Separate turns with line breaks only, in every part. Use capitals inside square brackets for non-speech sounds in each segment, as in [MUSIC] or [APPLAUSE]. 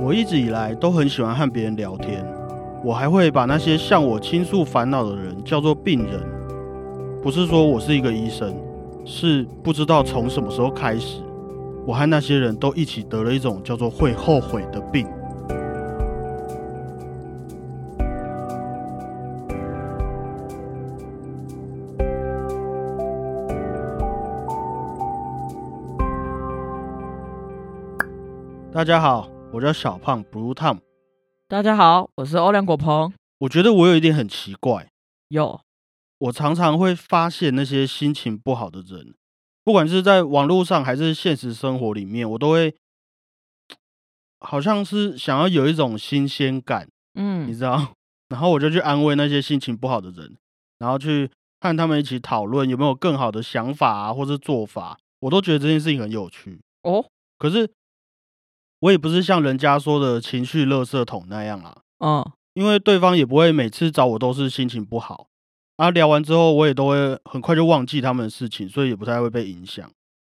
我一直以来都很喜欢和别人聊天，我还会把那些向我倾诉烦恼的人叫做病人。不是说我是一个医生，是不知道从什么时候开始，我和那些人都一起得了一种叫做会后悔的病。大家好，我叫小胖 Blue Tom。
大家好，我是欧良果鹏。
我觉得我有一点很奇怪，
有，
我常常会发现那些心情不好的人，不管是在网络上还是现实生活里面，我都会好像是想要有一种新鲜感，你
嗯，
知道？ [LAUGHS] 然后我就去安慰那些心情不好的人，然后去和他们一起讨论有没有更好的想法啊，或是做法，我都觉得这件事情很有趣。
哦，
可是我也不是像人家说的情绪垃圾桶那样啊，
嗯，
因为对方也不会每次找我都是心情不好啊。聊完之后，我也都会很快就忘记他们的事情，所以也不太会被影响。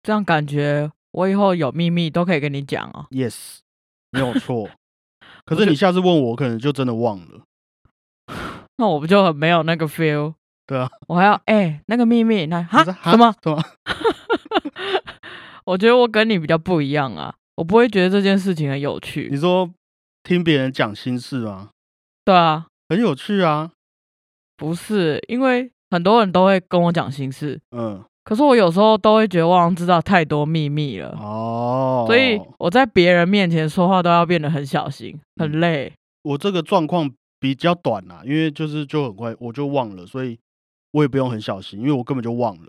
这样感觉我以后有秘密都可以跟你讲哦。
Yes，没有错。可是你下次问我，我可能就真的忘了。
那我不就很没有那个 feel？
对啊，
我还要哎、那个秘密，那哈
我说
什么？？
什么？
我觉得我跟你比较不一样啊，我不会觉得这件事情很有
你
趣。
说听别人讲心事吗？
对啊，
很有趣啊。
不是，因为很多人都会跟我讲心事，
嗯，
可是我有时候都会觉得我好像知道太多秘密了。
哦，
所以我在别人面前说话都要变得很小心，很
嗯
累。
我这个状况比较短啦、因为就是就很快我就忘了，所以我也不用很小心，因为我根本就忘了。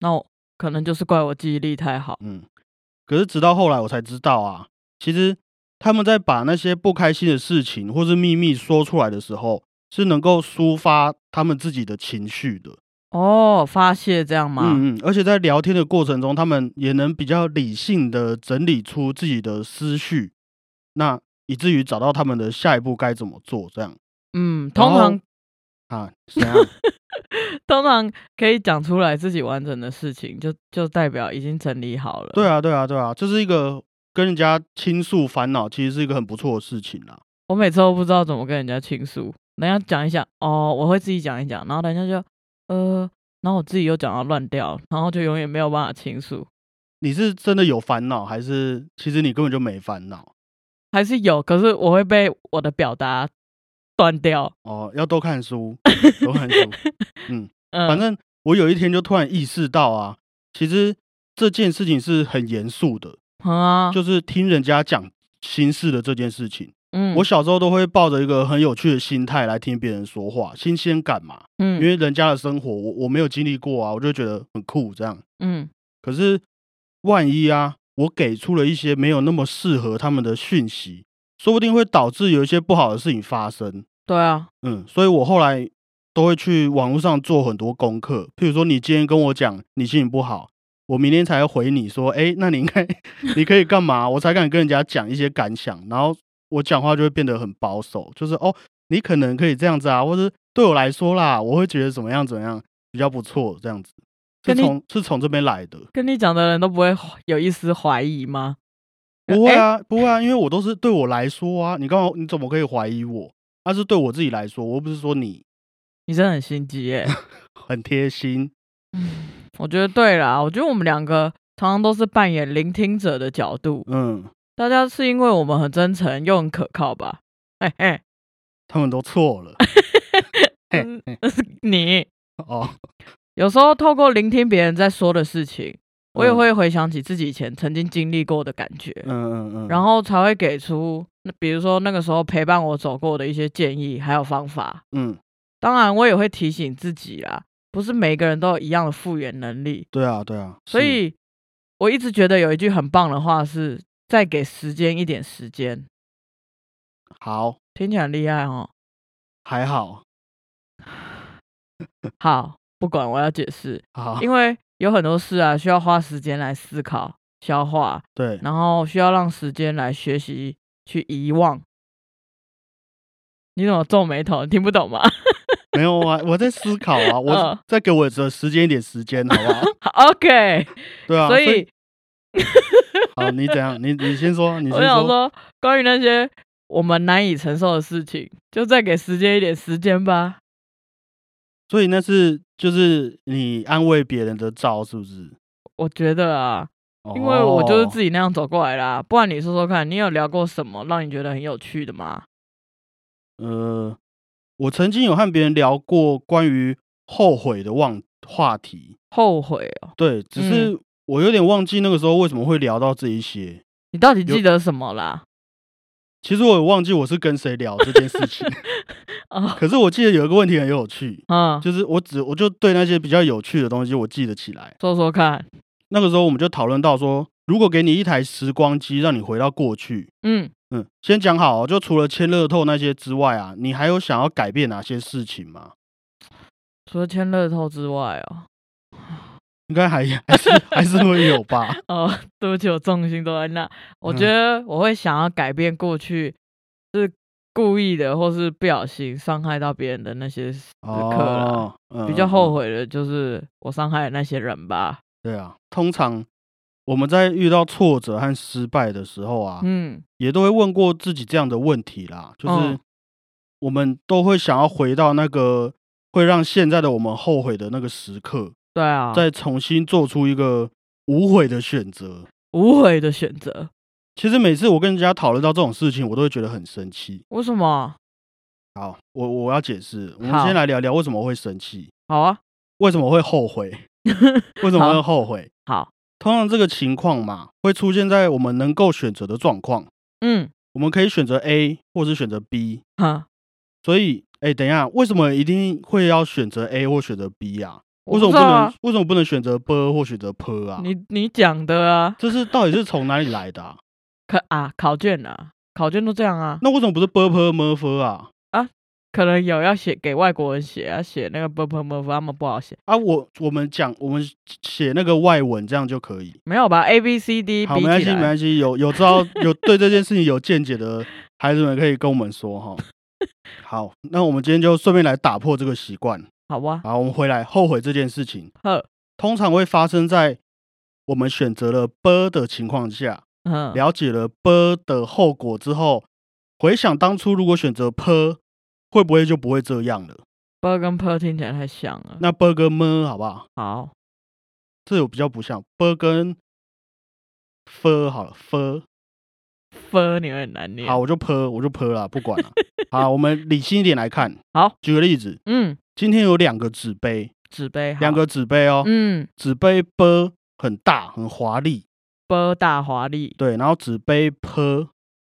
那我可能就是怪我记忆力太好。
嗯，可是直到后来我才知道啊，其实他们在把那些不开心的事情或是秘密说出来的时候，是能够抒发他们自己的情绪的。
哦，发泄这样吗？
嗯嗯，而且在聊天的过程中，他们也能比较理性的整理出自己的思绪，那以至于找到他们的下一步该怎么做。这样
嗯，
然
通
后
常
啊，怎样？ [LAUGHS]
通常可以讲出来自己完整的事情，就就代表已经整理好了。
对啊，对啊，对啊，这是一个跟人家倾诉烦恼，其实是一个很不错的事情啦。
我每次都不知道怎么跟人家倾诉，人家讲一讲，哦，我会自己讲一讲，然后人家就呃，然后我自己又讲到乱掉，然后就永远没有办法倾诉。
你是真的有烦恼，还是其实你根本就没烦恼？
还是有，可是我会被我的表达断掉。
哦，要多看书，多
[LAUGHS]
看书。
嗯，
反正我有一天就突然意识到啊，其实这件事情是很严肃的，
嗯啊，
就是听人家讲心事的这件事情。
嗯，
我小时候都会抱着一个很有趣的心态来听别人说话，新鲜感嘛，
嗯
因为人家的生活我我没有经历过啊，我就觉得很酷这样。
嗯
可是万一啊，我给出了一些没有那么适合他们的讯息，说不定会导致有一些不好的事情发生。
对啊，
嗯，所以我后来都会去网络上做很多功课，譬如说你今天跟我讲你心情不好，我明天才会回你说，哎，那你应该 [LAUGHS] 你可以干嘛？我才敢跟人家讲一些感想，然后我讲话就会变得很保守，就是哦，你可能可以这样子啊，或是对我来说啦，我会觉得怎么样怎么样比较不错，这样子是
跟你
从是从这边来的。
跟你讲的人都不会怀有一丝怀疑吗？
不会
诶
啊，不会啊，因为我都是对我来说啊，你干嘛？你怎么可以怀疑我？那、是对我自己来说，我又不是说你
你真的很心机耶、
很贴心。
我觉得对啦，我觉得我们两个常常都是扮演聆听者的角度，
嗯，
大家是因为我们很真诚又很可靠吧？嘿嘿，
他们都错了嘿
嗯 [LAUGHS] 你
哦。
有时候透过聆听别人在说的事情，我也
嗯
会回想起自己以前曾经经历过的感觉，
嗯嗯嗯。
然后才会给出，那比如说那个时候陪伴我走过的一些建议还有方法。
嗯，
当然，我也会提醒自己啦，不是每个人都有一样的复原能力，
对啊对啊。
所
是
以我一直觉得有一句很棒的话是“再给时间一点时间
好”，
听起来很厉害哦。
还好
好，不管我要解释，
好，
因为有很多事啊需要花时间来思考、消化，
对
然后需要让时间来学习去遗忘。你怎么皱眉头？你听不懂吗？ [LAUGHS]
没有啊，我在思考啊，我
嗯
再给 [LAUGHS] 我的时间一点时间，好不好？
好 OK，
对啊，
所
以
以
好，你怎样？你你先说，你先
我想说，关于那些我们难以承受的事情，就再给时间一点时间吧。
所以那是就是你安慰别人的照，是不是？哦
我觉得啊，因为我就是自
己
己那样走过来啦。不然你说说看，你有聊过什么让你觉得很有趣的吗？
呃，我曾经有和别人聊过关于后悔的忘话题，
后悔哦，
对，只是我有点忘记那个时候为什么会聊到这一些。
你到底
有
记得什么啦？
其实我也忘记我是跟谁聊这件事情，
啊、
可是我记得有一个问题很有趣，
嗯，
就是我只我就对那些比较有趣的东西我记得起来。
说说看。
那个时候我们就讨论到说，如果给你一台时光机，让你回到过去，
嗯，
嗯，先讲好哦，就除了签乐透那些之外啊，你还有想要改变哪些事情吗？
除了签乐透之外哦， [LAUGHS]
应该还 [LAUGHS] 还是还是会有
[LAUGHS]
吧。
哦，对不起，我重心都在那。我
嗯
觉得我会想要改变过去，是故意的或是不小心伤害到别人的那些时刻啦。
哦，嗯
比较后
悔。
悔的就是我伤害的那些人吧。
对啊，通常我们在遇到挫折和失败的时候啊，
嗯，
也都会问过自己这样的问题啦，就是
嗯
我们都会想要回到那个会让现在的我们后悔的那个时刻，
对啊，
再重新做出一个无悔的选择。
无悔的选择。
其实每次我跟人家讨论到这种事情，我都会觉得很生气。
为什么？
好，我我要解释。我们
好
先来聊聊为什么会生气，
好啊，
为什么会后悔，为什么会后悔。
好，
通常这个情况嘛，会出现在我们能够选择的状况。
嗯，
我们可以选择 A，或是选择 B。
哈，
所以，哎，等一下，为什么一定会要选择 A 或选择 B 啊？
我
为什么
不
不
知
能、
道啊
为什么不能选择 B 或选择 P 啊？
你你讲的啊，
这是到底是从哪里来的、啊？
可啊，考卷啊，考卷都这样啊，
那为什么不是 B P M F 啊？
可能有要写给外国人写啊，写那个 b p m f 他们不好写，
啊，我我们讲我们写那个外文这样就可以。
没有吧？A B C D
好，
比
没关
起
系，没
来，
关系。有有知道
[LAUGHS]
有对这件事情有见解的孩子们，可以跟我们说
[LAUGHS]
哈。好，那我们今天就顺便来打破这个习惯。
好吧，
好，我们回来后悔这件事情，
呵，
通常会发生在我们选择了 b 的情况下，
嗯，
了解了 b 的后果之后，回想当初如果选择 p，会不会就不会这样了？
b 跟 p 听起来太像了。
那 b 跟 m 好不好？
好，
这有比较不像 b 跟 f 好了 f。
f 你会很难念。
好，，我就泼，我就泼了，不管了。好，我们理性一点来看。
[LAUGHS] 好，
举个例子，
嗯，
今天有两个纸杯，
纸杯，好
两，个纸杯哦，
嗯
纸杯波很大，很华丽，
，b 大华丽
对，然后纸杯泼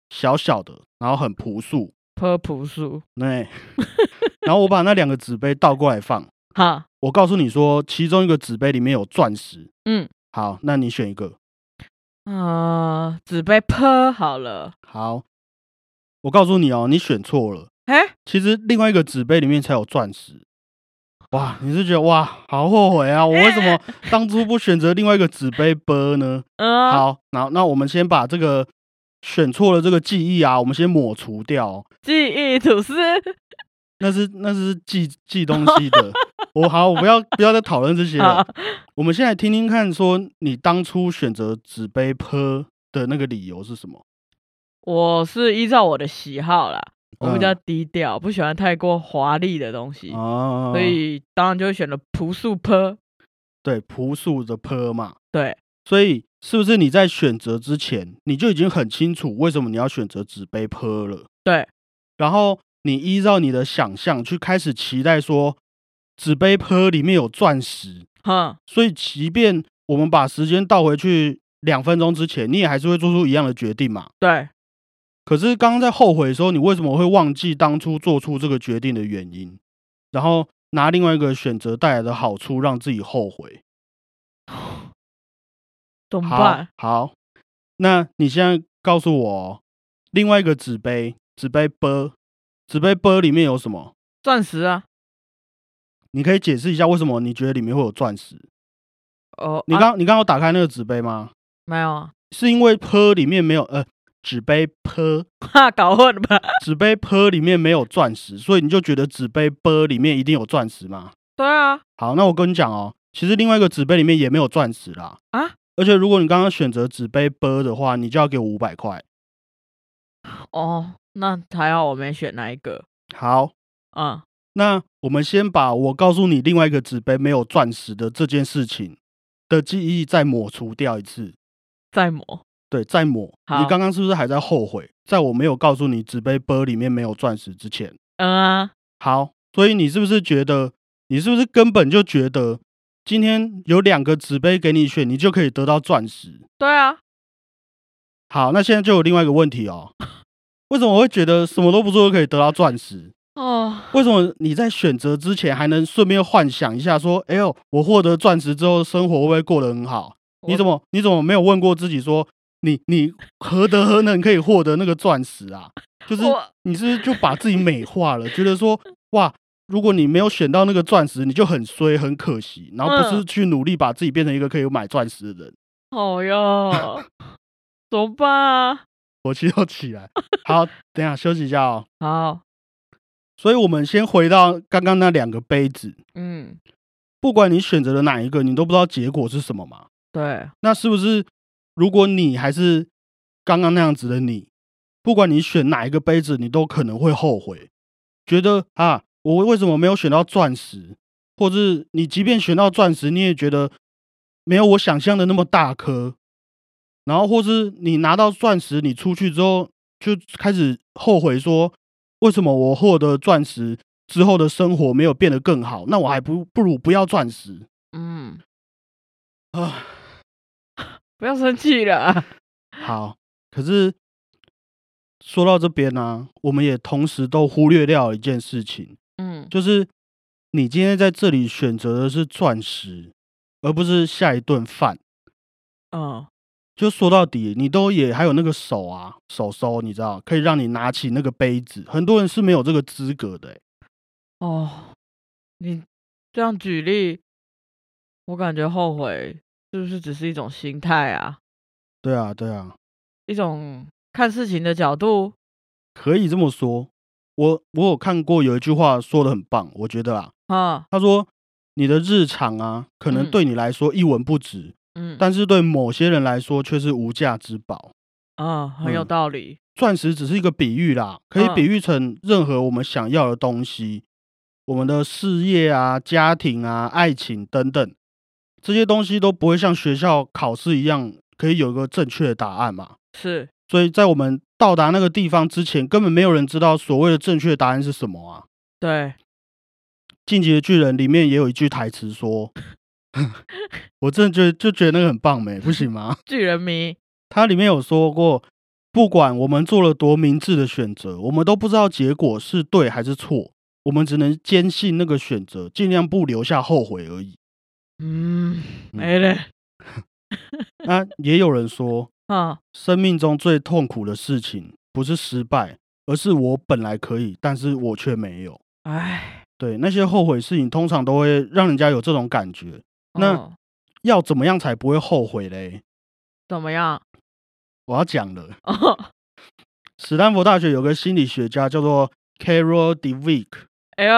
小小的，然后很朴素，
，p 朴素，
对。 [LAUGHS] 然后我把那两个纸杯倒过来放，
哈，
我告诉你说，其中一个纸杯里面有钻石。
嗯，
好，那你选一个。
啊、纸杯 p 好了，
好，我告诉你哦，你选错了。
哎、
其实另外一个纸杯里面才有钻石。哇，你是觉得哇，好后悔啊！我为什
[LAUGHS]
么当初不选择另外一个纸杯杯呢？
嗯，，
好，那那我们先把这个选错了这个记忆啊，我们先抹除掉哦、
记忆吐司，
那是那是记记东西的。我好，我不要不要再讨论这些了
好。，
我们先来听听看，说你当初选择纸杯杯的那个理由是什么？
我是依照我的喜好啦，我比较
嗯
低调，不喜欢太过华丽的东西，
啊，
所以当然就会选了朴素 p，
对朴素的杯嘛，
对，
所以是不是你在选择之前，你就已经很清楚为什么你要选择纸杯坡了？
对。
然后你依照你的想象去开始期待说，纸杯坡里面有钻石，
哼，
所以即便我们把时间倒回去两分钟之前，你也还是会做出一样的决定嘛。
对，
可是刚刚在后悔的时候，你为什么会忘记当初做出这个决定的原因？然后拿另外一个选择带来的好处让自己后悔。
怎么
好
办？
好，那你现在告诉我哦，另外一个纸杯，纸杯杯，纸杯杯里面有什么？
钻石啊，
你可以解释一下为什么你觉得里面会有钻石？
哦，
你
啊
刚、你刚刚有打开那个纸杯吗？
没有啊？
是因为杯里面没有呃，纸杯杯，
哈，搞混了吧？ [LAUGHS]
纸杯杯里面没有钻石，所以你就觉得纸杯杯里面一定有钻石吗？
对啊，
好，那我跟你讲哦，其实另外一个纸杯里面也没有钻石啦。
啊，
而且如果你刚刚选择只背波的话，你就要给我五百块。
哦，那还好我没选那一个
好，
啊、
那我们先把我告诉你另外一个纸杯没有钻石的这件事情的记忆再抹除掉一次。
再抹。
对，再抹。你
好
刚刚是不是还在后悔？在我没有告诉你纸杯波里面没有钻石之前，
嗯啊，
好，所以你是不是觉得，你是不是根本就觉得今天有两个纸杯给你选，你就可以得到钻石？
对啊，
好，那现在就有另外一个问题哦， [LAUGHS] 为什么我会觉得什么都不做就可以得到钻石？
哦，
为什么你在选择之前还能顺便幻想一下，说，哎呦，我获得钻石之后生活会不会过得很好？你
我
怎么你怎么没有问过自己说，你你何德何能可以获得那个钻石
[LAUGHS]
啊？就是
我
你是不是就把自己美化了，觉得说哇，如果你没有选到那个钻石，你就很衰很可惜，然后不是
嗯
去努力把自己变成一个可以买钻石的人，
哦哟，怎么办啊？
火气又起来。好，等一下休息一下哦。
好，
所以我们先回到刚刚那两个杯子，
嗯，
不管你选择了哪一个，你都不知道结果是什么嘛？
对，
那是不是如果你还是刚刚那样子的你，不管你选哪一个杯子，你都可能会后悔，觉得啊，我为什么没有选到钻石？或是你即便选到钻石，你也觉得没有我想象的那么大颗。然后，或是你拿到钻石，你出去之后就开始后悔说，为什么我获得钻石之后的生活没有变得更好？那我还不不如不要钻石
嗯，
啊。
不要生气了啊。
好，可是说到这边呢、我们也同时都忽略掉一件事情，
嗯，
就是你今天在这里选择的是钻石，而不是下一顿饭。
哦，
就说到底，你都也还有那个手啊，手手，你知道，可以让你拿起那个杯子。很多人是没有这个资格的欸、
哦，你这样举例，我感觉后悔是不是只是一种心态啊？
对啊，对啊，
一种看事情的角度。
可以这么说。我我有看过有一句话说的很棒，我觉得啦，
啊，
他说你的日常啊，可能
嗯
对你来说一文不值，
嗯，
但是对某些人来说却是无价之宝。
啊、很有
嗯
道理。
钻石只是一个比喻啦，可以
嗯
比喻成任何我们想要的东西，我们的事业啊、家庭啊、爱情等等，这些东西都不会像学校考试一样可以有一个正确的答案嘛。
是，
所以在我们到达那个地方之前，根本没有人知道所谓的正确答案是什么啊。
对，
《进击的巨人》里面也有一句台词说， [LAUGHS] 我真的觉得就觉得那个很棒没，不行吗？
巨人迷。
它里面有说过，不管我们做了多明智的选择，我们都不知道结果是对还是错，我们只能坚信那个选择，尽量不留下后悔而已。
嗯，
嗯
没了。
那也有人说，
啊，
生命中最痛苦的事情不是失败，而是我本来可以，但是我却没有。
哎，
对，那些后悔事情通常都会让人家有这种感觉。那
哦
要怎么样才不会后悔嘞？
怎么样？
我要讲了，
哦，
史丹佛大学有个心理学家叫做 Carol Dweck，
哎呦，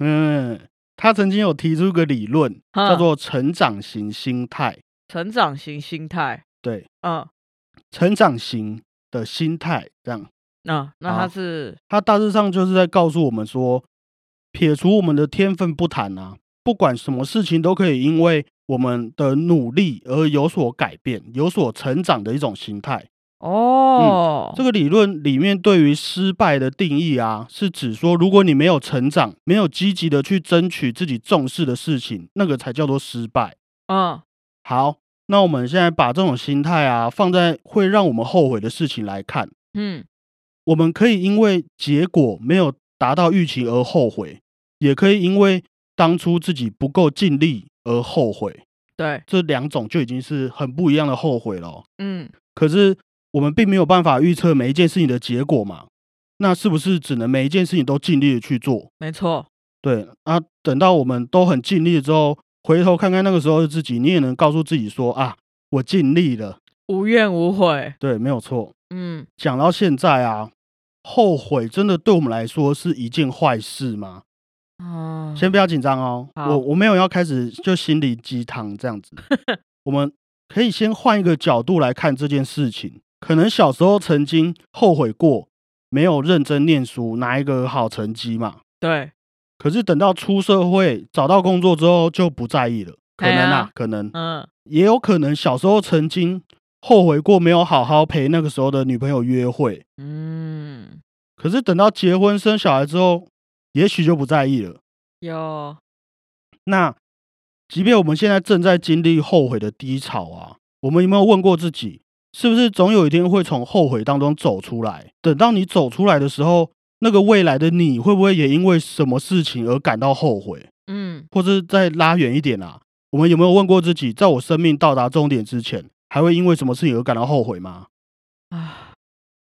嗯，他曾经有提出一个理论，叫
哼
做成长型心态。
成长型心态。
对，
嗯，
成长型的心态，这样，
那、那
好
他是
它大致上就是在告诉我们说，撇除我们的天分不谈啊，不管什么事情都可以因为我们的努力而有所改变、有所成长的一种心态。
哦，
这个理论里面对于失败的定义啊，是指说，如果你没有成长，没有积极的去争取自己重视的事情，那个才叫做失败。
嗯
好，那我们现在把这种心态啊放在会让我们后悔的事情来看，
嗯
我们可以因为结果没有达到预期而后悔，也可以因为当初自己不够尽力而后悔。
对，
这两种就已经是很不一样的后悔了哦。
嗯
可是我们并没有办法预测每一件事情的结果嘛，那是不是只能每一件事情都尽力的去做？
没错，
对啊，等到我们都很尽力之后，回头看看那个时候的自己，你也能告诉自己说啊，我尽力了。
无怨无悔。
对，没有错。
嗯，
讲到现在啊，后悔真的对我们来说是一件坏事吗？
啊、
先不要紧张哦，
好 [LAUGHS]
我我没有要开始就心理鸡汤这样子。我们可以先换一个角度来看这件事情。可能小时候曾经后悔过，没有认真念书，拿一个好成绩嘛。
对，
可是等到出社会找到工作之后就不在意了，可能
哎
啊
呀，
可能
嗯，
也有可能小时候曾经后悔过没有好好陪那个时候的女朋友约会，
嗯，
可是等到结婚生小孩之后，也许就不在意了。
有，
那即便我们现在正在经历后悔的低潮啊，我们有没有问过自己，是不是总有一天会从后悔当中走出来？等到你走出来的时候，那个未来的你会不会也因为什么事情而感到后悔？
嗯，
或是再拉远一点啊，我们有没有问过自己，在我生命到达终点之前，还会因为什么事情而感到后悔吗？
啊，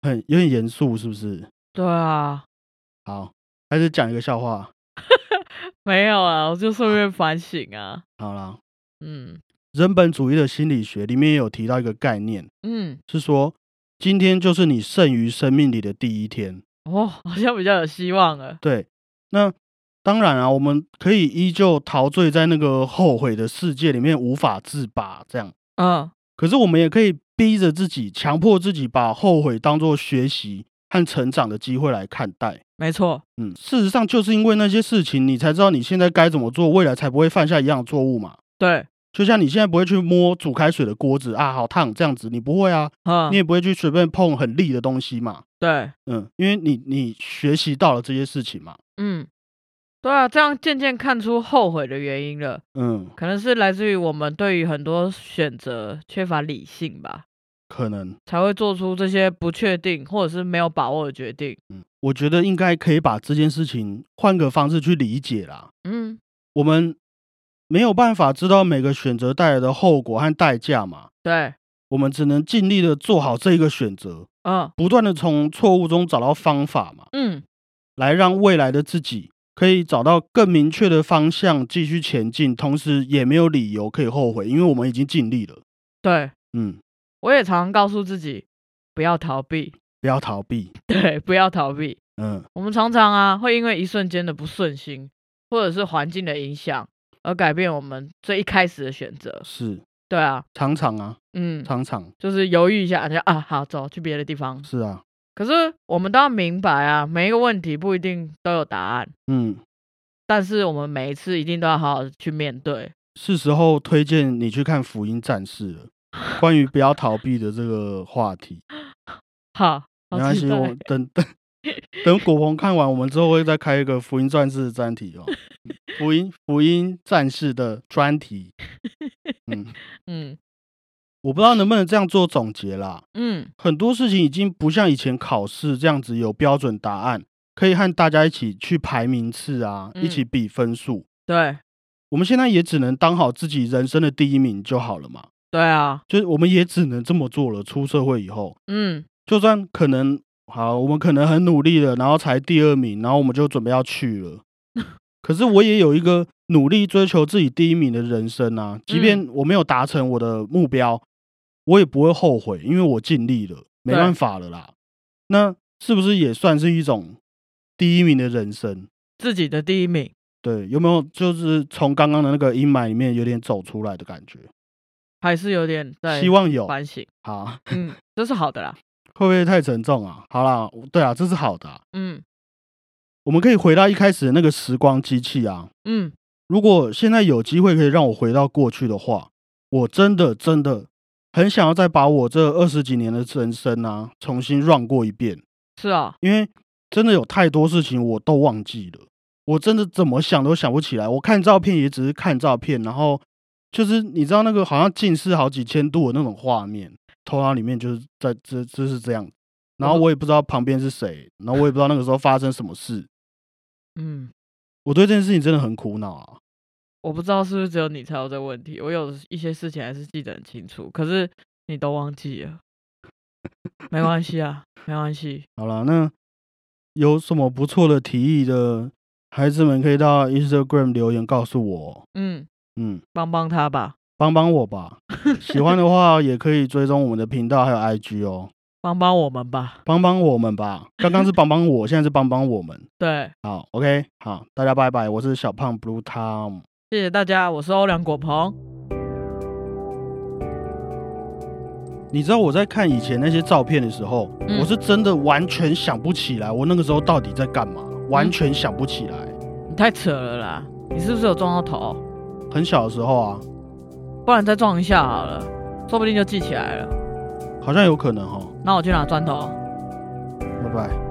很有点严肃，是不是？
对啊，
好，还是讲一个笑话。
没有啊，我就顺便反省啊，
好啦，
嗯
人本主义的心理学里面也有提到一个概念，
嗯，
是说今天就是你剩余生命里的第一天。
哦，好像比较有希望了，
对，那当然啊，我们可以依旧陶醉在那个后悔的世界里面无法自拔，这样。
嗯，
可是我们也可以逼着自己，强迫自己把后悔当做学习和成长的机会来看待。
没错，
嗯，事实上就是因为那些事情，你才知道你现在该怎么做，未来才不会犯下一样的错误嘛。
对，
就像你现在不会去摸煮开水的锅子啊，好烫这样子，你不会啊，
嗯
你，也不会去随便碰很利的东西嘛。
对，
嗯，因为你你学习到了这些事情嘛。
嗯，对啊，这样渐渐看出后悔的原因了，
嗯，
可能是来自于我们对于很多选择缺乏理性吧，
可能，
才会做出这些不确定或者是没有把握的决定。
嗯，我觉得应该可以把这件事情换个方式去理解啦。
嗯，
我们没有办法知道每个选择带来的后果和代价嘛，
对，
我们只能尽力的做好这一个选择，
嗯
不断的从错误中找到方法嘛，
嗯，
来让未来的自己可以找到更明确的方向继续前进，同时也没有理由可以后悔，因为我们已经尽力了。
对，
嗯，
我也常常告诉自己不要逃避， [LAUGHS]
不要逃避。
对，不要逃避。
嗯，
我们常常啊会因为一瞬间的不顺心，或者是环境的影响，而改变我们最一开始的选择。
是
对啊，
常常啊，
嗯，
常常
就是犹豫一下，就啊好走去别的地方。
是啊。
可是我们都要明白啊，每一个问题不一定都有答案，
嗯，
但是我们每一次一定都要好好地去面对。
是时候推荐你去看《福音战士》了，关于不要逃避的这个话题。
好， [LAUGHS] 好
没关
期
系，
待
我等 [LAUGHS] 等等果鹏看完，我们之后会再开一个福音战士的专题哦，
[LAUGHS]
福音福音战士的专题。嗯，
嗯
我不知道能不能这样做总结啦。
嗯，
很多事情已经不像以前考试这样子有标准答案，可以和大家一起去排名次啊，一起比分数。
对
我们现在也只能当好自己人生的第一名就好了嘛，
对啊，
就是我们也只能这么做了。出社会以后，
嗯
就算可能好，我们可能很努力了，然后才第二名，然后我们就准备要去了。可是我也有一个努力追求自己第一名的人生啊，即便我没有达成我的目标，我也不会后悔，因为我尽力了，没
对
办法了啦。那是不是也算是一种第一名的人生？
自己的第一名。
对，有没有就是从刚刚的那个阴霾里面有点走出来的感觉？
还是有点在
希望有。
反省，
好，
嗯，这是好的啦，
会不会太沉重啊？好啦，对啊，这是好的啊、
嗯
我们可以回到一开始的那个时光机器啊。
嗯，
如果现在有机会可以让我回到过去的话，我真的真的很想要再把我这二十几年的人生啊重新 run 过一遍，
是啊，
因为真的有太多事情我都忘记了，我真的怎么想都想不起来。我看照片也只是看照片，然后就是你知道那个好像近视好几千度的那种画面，头脑里面就是在这就是这样。然后我也不知道旁边是谁，然后我也不知道那个时候发生什么事，
嗯，
我对这件事情真的很苦恼啊。
我不知道是不是只有你才有这个问题，我有一些事情还是记得很清楚，可是你都忘记了，没关系啊，没关系，
好了，那有什么不错的提议的孩子们，可以到 Instagram 留言告诉我，
[LAUGHS] 嗯，
嗯，
帮帮他吧，
帮帮我吧。喜欢的话也可以追踪我们的频道还有 IG 哦，
帮帮我们吧，
帮帮我们吧。刚刚是帮帮我，现在是帮帮我们。
对，
好，OK，好，大家拜拜。我是小胖 Blue Tom。
谢谢大家，我是欧良果鹏。
你知道我在看以前那些照片的时候，
嗯
我是真的完全想不起来我那个时候到底在干嘛，完全想不起来。
你太扯了啦！你是不是有撞到头？
很小的时候啊，
不然再撞一下好了，说不定就记起来了。
好像有可能哦。
那我去拿砖头。
拜拜。